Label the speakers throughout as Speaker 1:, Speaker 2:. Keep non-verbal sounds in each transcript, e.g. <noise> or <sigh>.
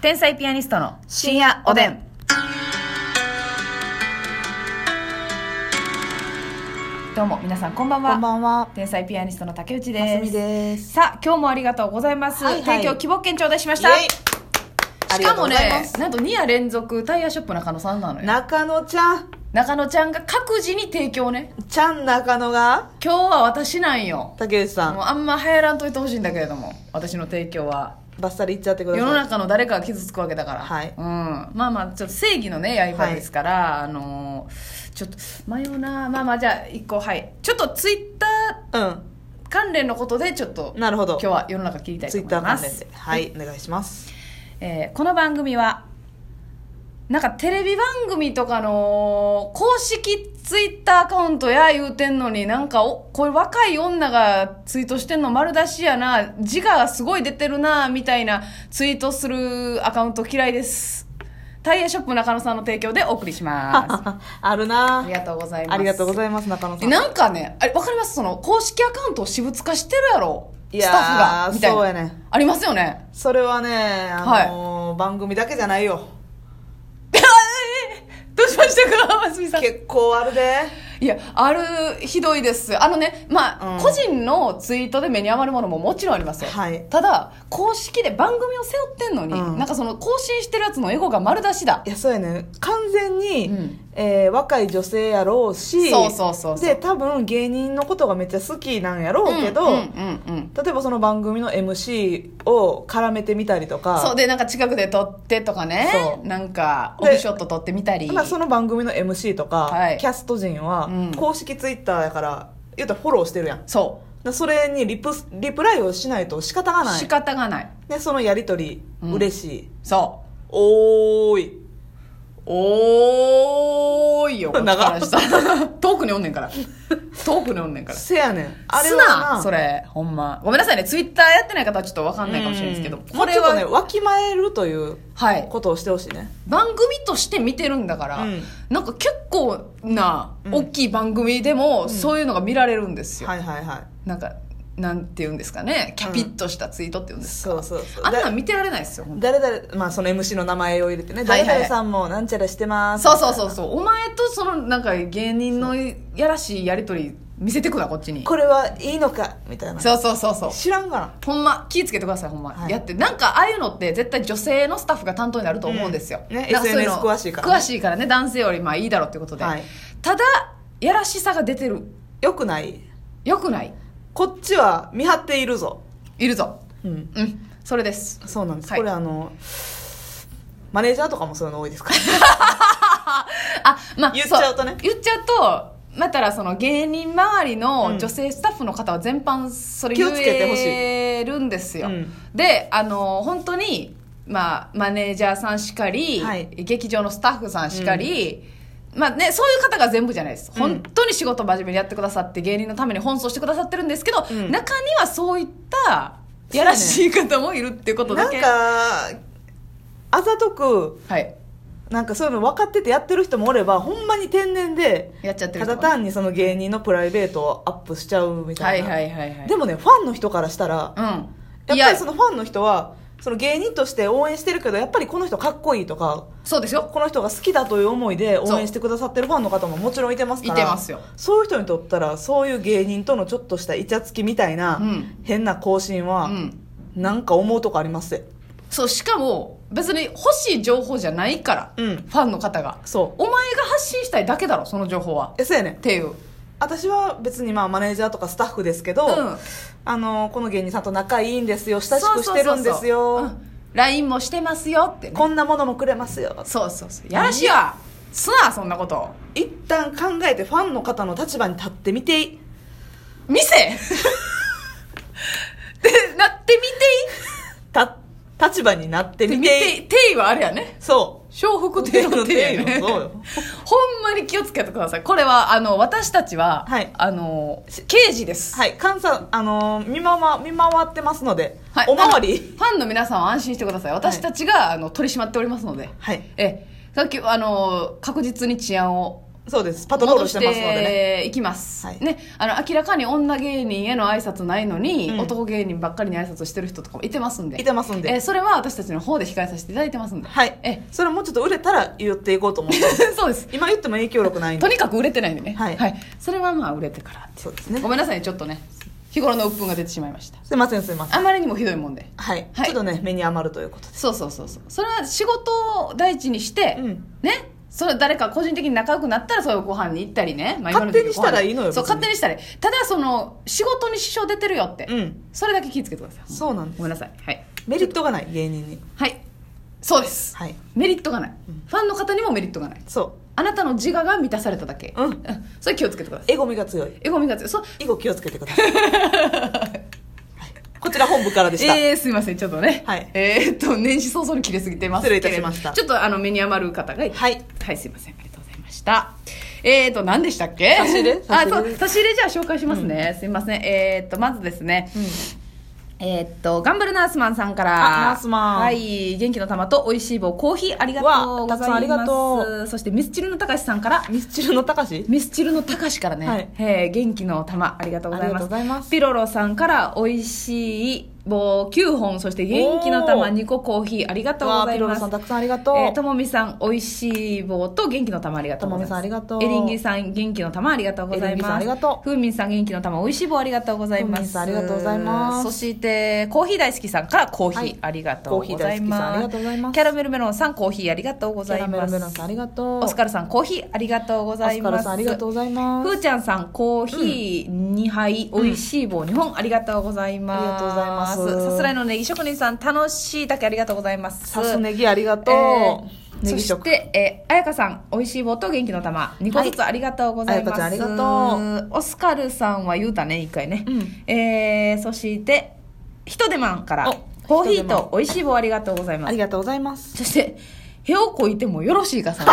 Speaker 1: 天才ピアニストの
Speaker 2: 深夜おでん。
Speaker 1: どうも皆さんこんばんは
Speaker 2: こんばんは。
Speaker 1: 天才ピアニストの竹内
Speaker 2: ま
Speaker 1: です
Speaker 2: すみです。
Speaker 1: さあ今日もありがとうございます、
Speaker 2: はいはい
Speaker 1: 提供希望券頂戴しました
Speaker 2: イエイ
Speaker 1: し
Speaker 2: ありが
Speaker 1: か
Speaker 2: と
Speaker 1: も
Speaker 2: うご
Speaker 1: ね
Speaker 2: ざいます
Speaker 1: なんと2夜連続タイヤショップ中野さんなのよ
Speaker 2: 中野ちゃん、
Speaker 1: 中野ちゃんが各自に提供ね
Speaker 2: ちゃん中野が、
Speaker 1: 今日は私なんよ
Speaker 2: 竹内さ
Speaker 1: もうあんま流行らんといてほしいんだけれども私の提供は
Speaker 2: ん、バッサリいっちゃってくだ
Speaker 1: 世の
Speaker 2: さい。
Speaker 1: 中の誰かが傷つくわけだから、
Speaker 2: はい
Speaker 1: うん、まあまあちょっと正義のね刃ですから、あのーちょっと迷うなまあまあじゃあ一個はいちょっとツイッタ
Speaker 2: う
Speaker 1: ー関連のことでちょっと
Speaker 2: ん。なるほど。
Speaker 1: 今日は世の中聞きたいと
Speaker 2: ツイッ
Speaker 1: 思
Speaker 2: タ
Speaker 1: い
Speaker 2: ー
Speaker 1: ま
Speaker 2: 関
Speaker 1: す
Speaker 2: 連で。はい、お願い
Speaker 1: <laughs>
Speaker 2: します。
Speaker 1: えーこの番組はなんかテレビ番組とかの公式ツイッターアカウントや言うてんのになんかおこれ若い女がツイートしてんの丸出しやな字がすごい出てるなみたいなツイートするアカウント嫌いですタイヤショップ中野さんの提供でお送りします
Speaker 2: ある
Speaker 1: あ
Speaker 2: な
Speaker 1: りがとうございます
Speaker 2: ありがとうございます、中野さん。
Speaker 1: なんかねあれわかりますその公式アカウントを私物化してるやろ
Speaker 2: いや
Speaker 1: ス
Speaker 2: ー
Speaker 1: タッフがみたいな
Speaker 2: そうやね
Speaker 1: ありますよね
Speaker 2: それはね、あのー番組だけじゃないよ。
Speaker 1: <laughs> どうしましたか真澄さん
Speaker 2: 結構あるで。
Speaker 1: いや、ある、ひどいです。あのね、まあ、
Speaker 2: うん
Speaker 1: 個人のツイートで目に余るものももちろんありますよ。
Speaker 2: はい
Speaker 1: ただ、公式で番組を背負ってんのに、
Speaker 2: うん
Speaker 1: なんかその、更新してるやつのエゴが丸出しだ
Speaker 2: い。や、そうやね。完全に、
Speaker 1: うん
Speaker 2: えー若い女性やろうし、
Speaker 1: そうそうそうそう
Speaker 2: で、多分芸人のことがめっちゃ好きなんやろうけど、
Speaker 1: うんうんうんうん
Speaker 2: 例えばその番組の MC を絡めてみたりとか
Speaker 1: そうで、なんか近くで撮ってとかね
Speaker 2: そ、う
Speaker 1: なんか、オ
Speaker 2: で
Speaker 1: フショット撮ってみたり。
Speaker 2: まあその番組の MC とか、
Speaker 1: はい
Speaker 2: キャスト陣は
Speaker 1: うん
Speaker 2: 公式ツイッターやから言うたらフォローしてるやんだか
Speaker 1: そ
Speaker 2: らそれにリプリプライをしないと仕方が
Speaker 1: う。
Speaker 2: ない
Speaker 1: 仕方がない。
Speaker 2: でそのやり取り、
Speaker 1: うん
Speaker 2: 嬉しい
Speaker 1: そ。
Speaker 2: おーいう
Speaker 1: おーいよ、こっち
Speaker 2: 長
Speaker 1: からしたら <laughs> 遠くにおんねんから。遠くにおんねんから。
Speaker 2: せやねんあれ
Speaker 1: す
Speaker 2: は
Speaker 1: な
Speaker 2: な
Speaker 1: それほんまごめんなさいねツイッターやってない方はちょっとわかんないかもしれないですけど
Speaker 2: うん
Speaker 1: これ
Speaker 2: も
Speaker 1: は
Speaker 2: うちょっとねわきまえるという
Speaker 1: はい
Speaker 2: ことをしてほしいね
Speaker 1: 番組として見てるんだから、
Speaker 2: うん
Speaker 1: なんか結構な
Speaker 2: うん
Speaker 1: 大きい番組でもそういうのが見られるんですよ、
Speaker 2: はいはいはい
Speaker 1: なんかなんて言うんですかねキャピッとしたツイートって言うんですか、
Speaker 2: そうそうそう
Speaker 1: あんなん見てられないですよほんと
Speaker 2: 誰々、まあ、その MC の名前を入れてね、
Speaker 1: はいはい
Speaker 2: 誰々さんもなんちゃらしてます
Speaker 1: そうそうそうそうお前とそのなんか芸人のやらしいやり取り見せてくなこっちに
Speaker 2: これはいいのかみたいな
Speaker 1: そうそうそうそう
Speaker 2: 知らんがな
Speaker 1: ほんま気ぃつけてくださいほんま、
Speaker 2: はい
Speaker 1: やってなんかああいうのって絶対女性のスタッフが担当になると思うんですよ、
Speaker 2: うんね
Speaker 1: なんそういうの
Speaker 2: SNS 詳しいからね
Speaker 1: 詳しいからね男性よりまあいいだろうってことで、
Speaker 2: はい
Speaker 1: ただやらしさが出てる
Speaker 2: よくない
Speaker 1: よくない
Speaker 2: こっちは見張っているぞ
Speaker 1: いるぞ
Speaker 2: うん
Speaker 1: うんそれです
Speaker 2: そうなんです、
Speaker 1: はい
Speaker 2: これあのマネージャーとかもそういうの多いですから
Speaker 1: あまあ
Speaker 2: 言っちゃうと
Speaker 1: そ
Speaker 2: ね
Speaker 1: 言っちゃうとまたらその芸人周りの女性スタッフの方は全般それ
Speaker 2: 気
Speaker 1: 言
Speaker 2: をつけてほしい
Speaker 1: えるんですよ、
Speaker 2: うん
Speaker 1: であの本当にまあマネージャーさんしかり、
Speaker 2: はい
Speaker 1: 劇場のスタッフさんしかり、まあね、そういう方が全部じゃないです、
Speaker 2: うん
Speaker 1: 本当に仕事真面目にやってくださって芸人のために奔走してくださってるんですけど、
Speaker 2: うん
Speaker 1: 中にはそういったやらしい方もいるっていうこと
Speaker 2: な
Speaker 1: だ
Speaker 2: ん
Speaker 1: け、
Speaker 2: かあざとく
Speaker 1: はい、
Speaker 2: なんかそういうの分かっててやってる人もおればほんまに天然で
Speaker 1: やっちゃってる
Speaker 2: た
Speaker 1: 人も
Speaker 2: だ単にその芸人のプライベートをアップしちゃうみた
Speaker 1: はいい
Speaker 2: な、
Speaker 1: はいはいはい
Speaker 2: でもねファンの人からしたら
Speaker 1: う
Speaker 2: や
Speaker 1: ん
Speaker 2: っ
Speaker 1: い
Speaker 2: ぱ
Speaker 1: や
Speaker 2: りそのファンの人はその芸人として応援してるけどやっぱりこの人かっこいいとか
Speaker 1: そうですよ
Speaker 2: この人が好きだという思いで応援してくださってるファンの方ももちろんいてますから
Speaker 1: いてますよ
Speaker 2: そういう人にとったらそういう芸人とのちょっとしたイチャつきみたいな、
Speaker 1: うん
Speaker 2: 変な更新は、
Speaker 1: うん、
Speaker 2: なんか思うとこありますよ
Speaker 1: そうしかも別に欲しい情報じゃないから、
Speaker 2: うん
Speaker 1: ファンの方が
Speaker 2: そ
Speaker 1: お前が発信したいだけだろその情報は
Speaker 2: うえそうやねん
Speaker 1: っていう
Speaker 2: 私は別にまあマネージャーとかスタッフですけど、
Speaker 1: うん
Speaker 2: あのこの芸人さんと仲いいんですよ親しくしてるん
Speaker 1: そう
Speaker 2: です
Speaker 1: そうそう
Speaker 2: よ
Speaker 1: うん LINE もしてますよってね
Speaker 2: こんなものもくれますよ
Speaker 1: そうそうそうやらしいわすなそんなこと
Speaker 2: 一旦考えてファンの方の立場に立ってみてい
Speaker 1: 見せ <laughs> でなってみ
Speaker 2: た立場になって
Speaker 1: てい
Speaker 2: み
Speaker 1: 見て
Speaker 2: て
Speaker 1: い定位はあれやね
Speaker 2: そ
Speaker 1: 笑福亭の定位ね
Speaker 2: そうよ
Speaker 1: <laughs> ほんまに気をつけてくださいこれはあの私たちは、
Speaker 2: はい
Speaker 1: あの刑事です
Speaker 2: うはい監査あのー見回見回ってますので、
Speaker 1: はい、
Speaker 2: おまわ
Speaker 1: あの
Speaker 2: り
Speaker 1: ファンの皆さんは安心してください私たちが、あの取り締まっておりますので
Speaker 2: はい
Speaker 1: ええさっきあの確実に治安を
Speaker 2: そうですパトロールしてますのでね
Speaker 1: 戻していきます、
Speaker 2: はい
Speaker 1: ねあの明らかに女芸人への挨拶ないのに、
Speaker 2: うん
Speaker 1: 男芸人ばっかりに挨拶してる人とかもいてますんで
Speaker 2: いてますんで
Speaker 1: えーそれは私たちの方で控えさせていただいてますんで
Speaker 2: はい
Speaker 1: え
Speaker 2: それもうちょっと売れたら言っていこうと
Speaker 1: <laughs>
Speaker 2: 思って
Speaker 1: そうです
Speaker 2: 今言っても影響力ないん
Speaker 1: と
Speaker 2: で
Speaker 1: にかく売れてないんでね
Speaker 2: はい
Speaker 1: それはまあ売れてからっていう
Speaker 2: そうですね
Speaker 1: ごめんなさいちょっとね日頃の鬱憤が出てしまいました
Speaker 2: すいませんすいません
Speaker 1: あまりにもひどいもんで
Speaker 2: はい、
Speaker 1: はい
Speaker 2: ちょっとね目に余るということで
Speaker 1: そうそうそうそうそれは仕事を第一にして、
Speaker 2: うん
Speaker 1: ねそれ誰か個人的に仲良くなったらそういうご飯に行ったりね、ま
Speaker 2: 勝手にしたらいいのよ
Speaker 1: そう
Speaker 2: 別に
Speaker 1: 勝手にしたらいいただその仕事に支障出てるよって、
Speaker 2: うん
Speaker 1: それだけ気をつけてください
Speaker 2: そうなんです
Speaker 1: ごめんなさいはい
Speaker 2: メリットがない芸人に
Speaker 1: はいそうです、
Speaker 2: はい
Speaker 1: メリットがない、
Speaker 2: うん
Speaker 1: ファンの方にもメリットがない
Speaker 2: そ
Speaker 1: あなたの自我が満たされただけ、
Speaker 2: うん
Speaker 1: それ気をつけてくだ
Speaker 2: う
Speaker 1: さい
Speaker 2: エゴみが強い
Speaker 1: エゴミが強いそう
Speaker 2: 以後気をつけてく
Speaker 1: <laughs>
Speaker 2: ださい、はい、こちら本部からでした、
Speaker 1: えー、すいませんちょっとね、
Speaker 2: はい
Speaker 1: えーっと年始早々に切れすぎてますけれど
Speaker 2: 失礼いたしました
Speaker 1: ちょっとあの目に余る方がいて
Speaker 2: はい
Speaker 1: はい、すいません。ありがとうございました。えーと、何でしたっけ
Speaker 2: 差し入れ
Speaker 1: あ、
Speaker 2: 差し
Speaker 1: そ
Speaker 2: 入
Speaker 1: う、
Speaker 2: れ
Speaker 1: 差し入れじゃあ紹介しますね。すいません。えーと、まずですね。
Speaker 2: うん
Speaker 1: えーと、頑張るナースマンさんから。
Speaker 2: あナースマン
Speaker 1: はい、元気の玉と美味しい棒、コーヒーありがとうございます。
Speaker 2: わたくさんありがと
Speaker 1: そして、ミスチルのたかしさんから。
Speaker 2: ミスチルの高し
Speaker 1: ミスチルのたかしからね、
Speaker 2: はい
Speaker 1: えー元気の玉ありがとうござい
Speaker 2: ありが
Speaker 1: ます
Speaker 2: とうございます
Speaker 1: ピロロさんから美味しい棒9本そして元気の玉
Speaker 2: おー
Speaker 1: 2個コーヒーありがとうご
Speaker 2: わあ
Speaker 1: ざ
Speaker 2: ピ
Speaker 1: い
Speaker 2: ロ
Speaker 1: ま
Speaker 2: ロ
Speaker 1: す
Speaker 2: さんたくさんありがとう、
Speaker 1: えーともみさん、おいしい棒と元気の玉ありがとうございます。
Speaker 2: ともみさんありがとう
Speaker 1: エリンギさん、元気の玉ありがとうござ
Speaker 2: エリ
Speaker 1: い
Speaker 2: ンギさん
Speaker 1: ま
Speaker 2: あ
Speaker 1: す。
Speaker 2: りがとう
Speaker 1: ふうみんさん、元気の玉、おいしい棒ありがとうございます。
Speaker 2: ふうみんさんありがとうございます
Speaker 1: そして、コーヒー大好きさんからコーヒ
Speaker 2: は
Speaker 1: ー
Speaker 2: い
Speaker 1: ありがとうございます。
Speaker 2: コーヒー大好きさんありがとうございます
Speaker 1: キャラメルメロンさん、コーヒーありがとうご
Speaker 2: キ
Speaker 1: ざ
Speaker 2: ャ
Speaker 1: い
Speaker 2: ラメ
Speaker 1: ま
Speaker 2: ル
Speaker 1: す。
Speaker 2: メロンさんありがとう
Speaker 1: オスカルさん、コーヒーありがとうござい
Speaker 2: オスカ
Speaker 1: ます。
Speaker 2: ルさんありがとうございます
Speaker 1: ふーちゃんさん、コーヒー2杯、おいしい棒2本、ありがとうございます。
Speaker 2: ありがとうございます
Speaker 1: さすらいのネギ職人さん、楽しいだけありがとうございます。
Speaker 2: さすねぎありがとう、
Speaker 1: えー
Speaker 2: ネギ
Speaker 1: そし
Speaker 2: 食
Speaker 1: て、えー、彩香さん、おいしい棒と元気の玉、2個ずつありがとうございます。
Speaker 2: 彩香ちゃんあ
Speaker 1: オスカルさんは言うたね、一回ね。
Speaker 2: うん
Speaker 1: えーそして、ひとでまんから
Speaker 2: お、
Speaker 1: コーヒ
Speaker 2: ひ
Speaker 1: ー
Speaker 2: とでまん
Speaker 1: とおいしい棒ありがとうございま
Speaker 2: あり
Speaker 1: す。
Speaker 2: がとうございます
Speaker 1: そして、へをこいてもよろしいか
Speaker 2: <laughs>
Speaker 1: さん。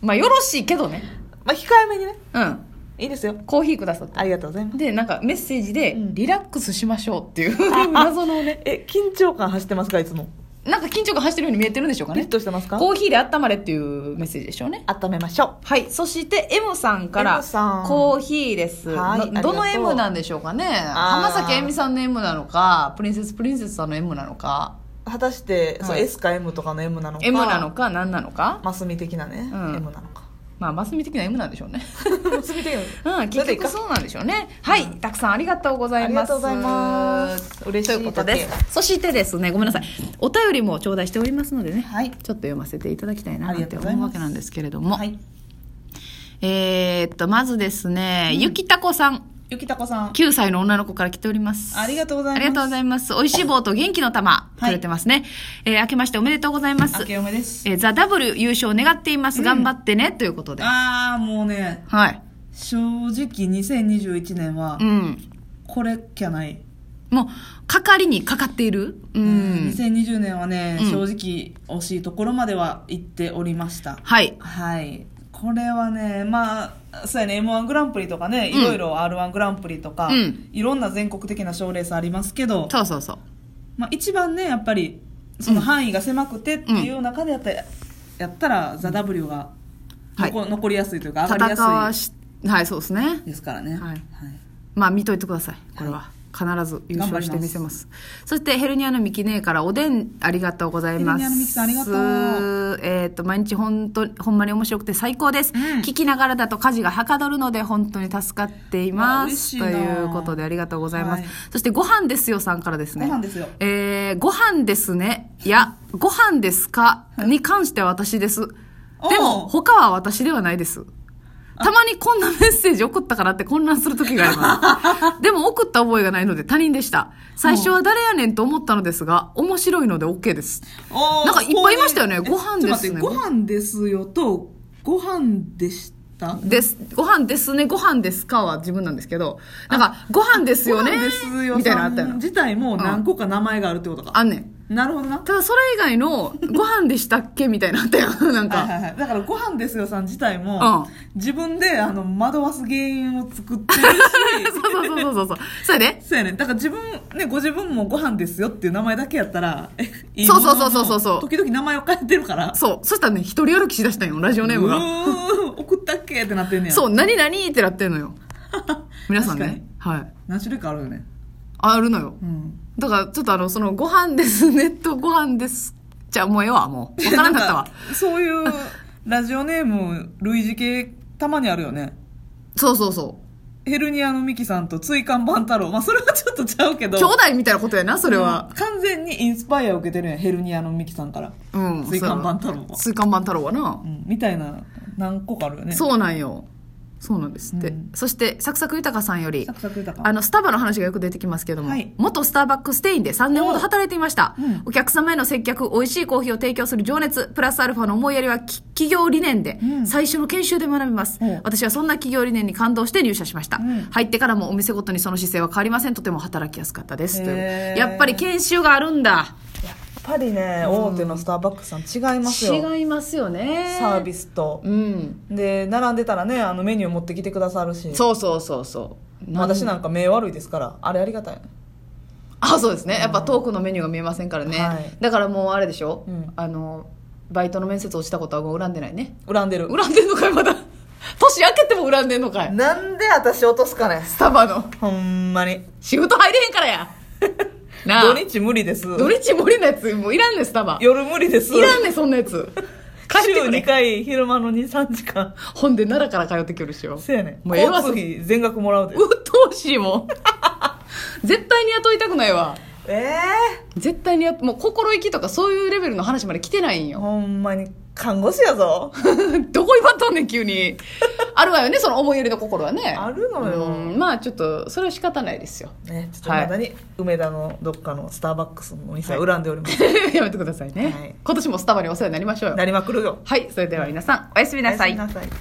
Speaker 1: まあ、よろしいけどね。
Speaker 2: まあ控えめにね
Speaker 1: うん。
Speaker 2: いいですよ
Speaker 1: コーヒーくださって。
Speaker 2: ありがとうございます
Speaker 1: で、なんかメッセージで
Speaker 2: う、ん
Speaker 1: リラックスしましょうっていう <laughs> 謎のね、
Speaker 2: <laughs> え緊張感走ってますかいつも
Speaker 1: なんか緊張感走ってるように見えてるんでしょうか
Speaker 2: ピリ
Speaker 1: ね
Speaker 2: ッ。としてますか
Speaker 1: コーヒーで温まれっていうメッセージでしょうね。
Speaker 2: 温めましょ
Speaker 1: はい、そして M さんから
Speaker 2: M さん
Speaker 1: コーヒーです、
Speaker 2: はい
Speaker 1: の
Speaker 2: ありがと
Speaker 1: ど
Speaker 2: う
Speaker 1: の M なんでしょうかね
Speaker 2: あ
Speaker 1: 浜
Speaker 2: ー
Speaker 1: 崎あゆみさんの M なのかプリンセスプリンセスさんの M なのか
Speaker 2: う果たして、そう
Speaker 1: はい
Speaker 2: S か M とかの M なのか
Speaker 1: M なのか何なのか
Speaker 2: マスミ的なね、
Speaker 1: うん
Speaker 2: M なのか
Speaker 1: まあマスミ的な M なんでしょうね
Speaker 2: マスミ的な
Speaker 1: うん
Speaker 2: それ
Speaker 1: 結
Speaker 2: でいい
Speaker 1: 局
Speaker 2: か
Speaker 1: そうなんでしょうねはいたくさんありがとうございます
Speaker 2: ありがとうございます嬉しい
Speaker 1: ということで
Speaker 2: だ
Speaker 1: すそしてですねごめんなさいお便りも頂戴しておりますのでね、
Speaker 2: は
Speaker 1: ち
Speaker 2: い
Speaker 1: ょっと読ませていただきたいな
Speaker 2: あり
Speaker 1: っ
Speaker 2: が
Speaker 1: て
Speaker 2: とうご
Speaker 1: 思
Speaker 2: ざいうます
Speaker 1: わけなんですけれども、
Speaker 2: はい
Speaker 1: えーっとまずですね、ゆきたこさん
Speaker 2: ゆきたこさん
Speaker 1: 9歳の女の子から来ております。
Speaker 2: ありがとうございます
Speaker 1: ありがとうございます。美味しい棒と元気の玉、
Speaker 2: はい
Speaker 1: くれてますね。えー明けましておめでとうございます。
Speaker 2: 明けおめです
Speaker 1: えーザ・ W 優勝を願っています。頑張ってね、ということで。
Speaker 2: ああもうね
Speaker 1: はい。
Speaker 2: 正直2021年は
Speaker 1: うん。
Speaker 2: これっきゃない、
Speaker 1: もう、かかりにかかっている。うん。
Speaker 2: 2020年はね、
Speaker 1: うん
Speaker 2: 正直惜しいところまでは行っておりました
Speaker 1: はい。
Speaker 2: はいこれはねまあそうやね m 1グランプリとかね、
Speaker 1: うん
Speaker 2: いろいろ r 1グランプリとか、
Speaker 1: うん
Speaker 2: いろんな全国的な賞レースありますけど、
Speaker 1: そうそうそう。
Speaker 2: まあ、一番ねやっぱりその範囲が狭くてっていう中でやった,、やったら「ザ・ w が
Speaker 1: はい
Speaker 2: 残,、残りやすいというか上がり
Speaker 1: 戦わ
Speaker 2: やす
Speaker 1: し、はい、そうですね
Speaker 2: い。ですからね、
Speaker 1: はいまあ見といてくださいこれは、必ず優勝してみせますそしてヘルニアのミキ姉からおでんありがとうございます
Speaker 2: ヘルニアのミキさんありがとう
Speaker 1: えっ、と毎日本当ほんまに面白くて最高です、
Speaker 2: うん
Speaker 1: 聞きながらだと家事がはかどるので本当に助かってい
Speaker 2: あ
Speaker 1: ま
Speaker 2: 嬉
Speaker 1: す
Speaker 2: しい
Speaker 1: と
Speaker 2: な
Speaker 1: いうことでありがとうございます、
Speaker 2: はい
Speaker 1: そしてご飯ですよさんからですね
Speaker 2: ご飯ですよ
Speaker 1: えーご飯ですねいやご飯ですかに関しては私ですで
Speaker 2: お
Speaker 1: も
Speaker 2: う
Speaker 1: 他は私ではないです <laughs> たまにこんなメッセージ送ったからって混乱する時があり
Speaker 2: <laughs>
Speaker 1: ます。でも送った覚えがないので他人でした。最初は誰やねんと思ったのですが、面白いので OK です。
Speaker 2: おー
Speaker 1: なんかいっぱいいましたよね
Speaker 2: え
Speaker 1: ご飯ですね
Speaker 2: ちょっと待ってご飯ですよとご飯でした
Speaker 1: です。ご飯ですね、ご飯ですかは自分なんですけど、なんか、ご飯ですよね
Speaker 2: ご飯ですよ
Speaker 1: みたいなのあったよ
Speaker 2: さ
Speaker 1: な。
Speaker 2: ん自体も何個か名前があるってことか、
Speaker 1: あんねん。
Speaker 2: なるほどな
Speaker 1: ただそれ以外の、ご飯でしたっけみたいなのあったよ。なん
Speaker 2: はいは
Speaker 1: か。
Speaker 2: いはい、だからご飯ですよさん自体も、
Speaker 1: うん
Speaker 2: 自分であの惑わす原因を作って
Speaker 1: <laughs>
Speaker 2: る
Speaker 1: そうそうそうそうそう。それで
Speaker 2: そうやねだから自分ねご自分もご飯ですよっていう名前だけやったらえいい
Speaker 1: そうそう
Speaker 2: ものの
Speaker 1: そうそうそう
Speaker 2: 時々名前を変えてるから
Speaker 1: そう。そしたらね、一人歩きしだしたんよ、ラジオネームが。
Speaker 2: うーん送ったっけけってなってんねや
Speaker 1: そう、何々ってなってんのよ。皆さん
Speaker 2: 確か
Speaker 1: ね
Speaker 2: に。
Speaker 1: はい。
Speaker 2: 何種類かあるよね
Speaker 1: あるのよ。
Speaker 2: うん
Speaker 1: だから、ちょっとあの、その、ご飯です、ネットご飯です。じゃあ、もうええわ、もう。わからんかったわ
Speaker 2: な。んかそういうラジオネーム類似系たまにあるよね
Speaker 1: <laughs> そうそうそ
Speaker 2: ヘルニアのミキさんと椎間板太郎まあそれはちょっとちゃうけ
Speaker 1: う。
Speaker 2: ど
Speaker 1: 兄弟みたいなことやな、それは。
Speaker 2: 完全にインスパイアを受けてるやんヘルニアのミキさんから、
Speaker 1: うん。
Speaker 2: 椎間板太郎は、
Speaker 1: 椎間板太郎はな
Speaker 2: う。ん、みたいな何個かあるよね
Speaker 1: そうなんよ。そうなんですって。
Speaker 2: うん
Speaker 1: そして、サクサク豊さんより
Speaker 2: サ、クサク豊か
Speaker 1: あの、スタバの話がよく出てきますけども、
Speaker 2: はい
Speaker 1: 元スターバックス店員で3年ほど働いていました。
Speaker 2: お
Speaker 1: お,、
Speaker 2: うん
Speaker 1: 客様への接客、美味しいコーヒーを提供する情熱、プラスアルファの思いやりはき企業理念で、
Speaker 2: うん
Speaker 1: 最初の研修で学びます
Speaker 2: お。
Speaker 1: 私はそんな企業理念に感動して入社しました。
Speaker 2: うん
Speaker 1: 入ってからもお店ごとにその姿勢は変わりません。とても働きやすかったです。という
Speaker 2: へー
Speaker 1: やっぱり研修があるんだ。
Speaker 2: パリね大手のスターバックスさん違いますよ
Speaker 1: 違いますよね。
Speaker 2: サービスと
Speaker 1: うん。
Speaker 2: で並んでたらねあのメニュー持ってきてくださるし
Speaker 1: そうそうそうそう。
Speaker 2: 私なんか目悪いですからあれありがたい
Speaker 1: あそうですねやっぱ遠くのメニューが見えませんからね、
Speaker 2: はい
Speaker 1: だからもうあれでしょ、
Speaker 2: うん
Speaker 1: あのバイトの面接落ちたことはもう恨んでないね
Speaker 2: 恨んでる
Speaker 1: 恨んでんのかいまだ <laughs> 年明けても恨んでんのかい
Speaker 2: なんで私落とすかね
Speaker 1: スタバの
Speaker 2: ほんまに
Speaker 1: 仕事入れへんから
Speaker 2: <laughs>
Speaker 1: やなあ
Speaker 2: 土日無理です
Speaker 1: 土日無理なやつもういらんねんスタバい
Speaker 2: 夜無理です
Speaker 1: らんねんそんなや
Speaker 2: <laughs>
Speaker 1: つ帰って
Speaker 2: 週
Speaker 1: くれ
Speaker 2: 2回昼間の23時間
Speaker 1: ほんで奈良から通ってくるしよ
Speaker 2: <laughs> せやねん
Speaker 1: もうええわ
Speaker 2: 交通費全額もらうで
Speaker 1: うっとうしいもん <laughs> 絶対に雇いたくないわ
Speaker 2: ええ
Speaker 1: 絶対にやもう心意気とかそういうレベルの話まで来てないんよ
Speaker 2: ほんまに看護師や <laughs> ぞ
Speaker 1: <laughs> どこ威張っとんねん、急に。あるわよね、その思いやりの心はね。
Speaker 2: あるのよ
Speaker 1: うんまあちょっと、それは仕方ないですよ。 <laughs>
Speaker 2: ねちょっとまだに梅田のどっかのスターバックスのお店を恨んでおります、
Speaker 1: やめてくださいね、
Speaker 2: はい
Speaker 1: 今年もスタバにお世話になりましょうよ。
Speaker 2: <laughs> なりまくるよ
Speaker 1: はい、それでは皆さん、おやすみなさい。
Speaker 2: おやすみなさい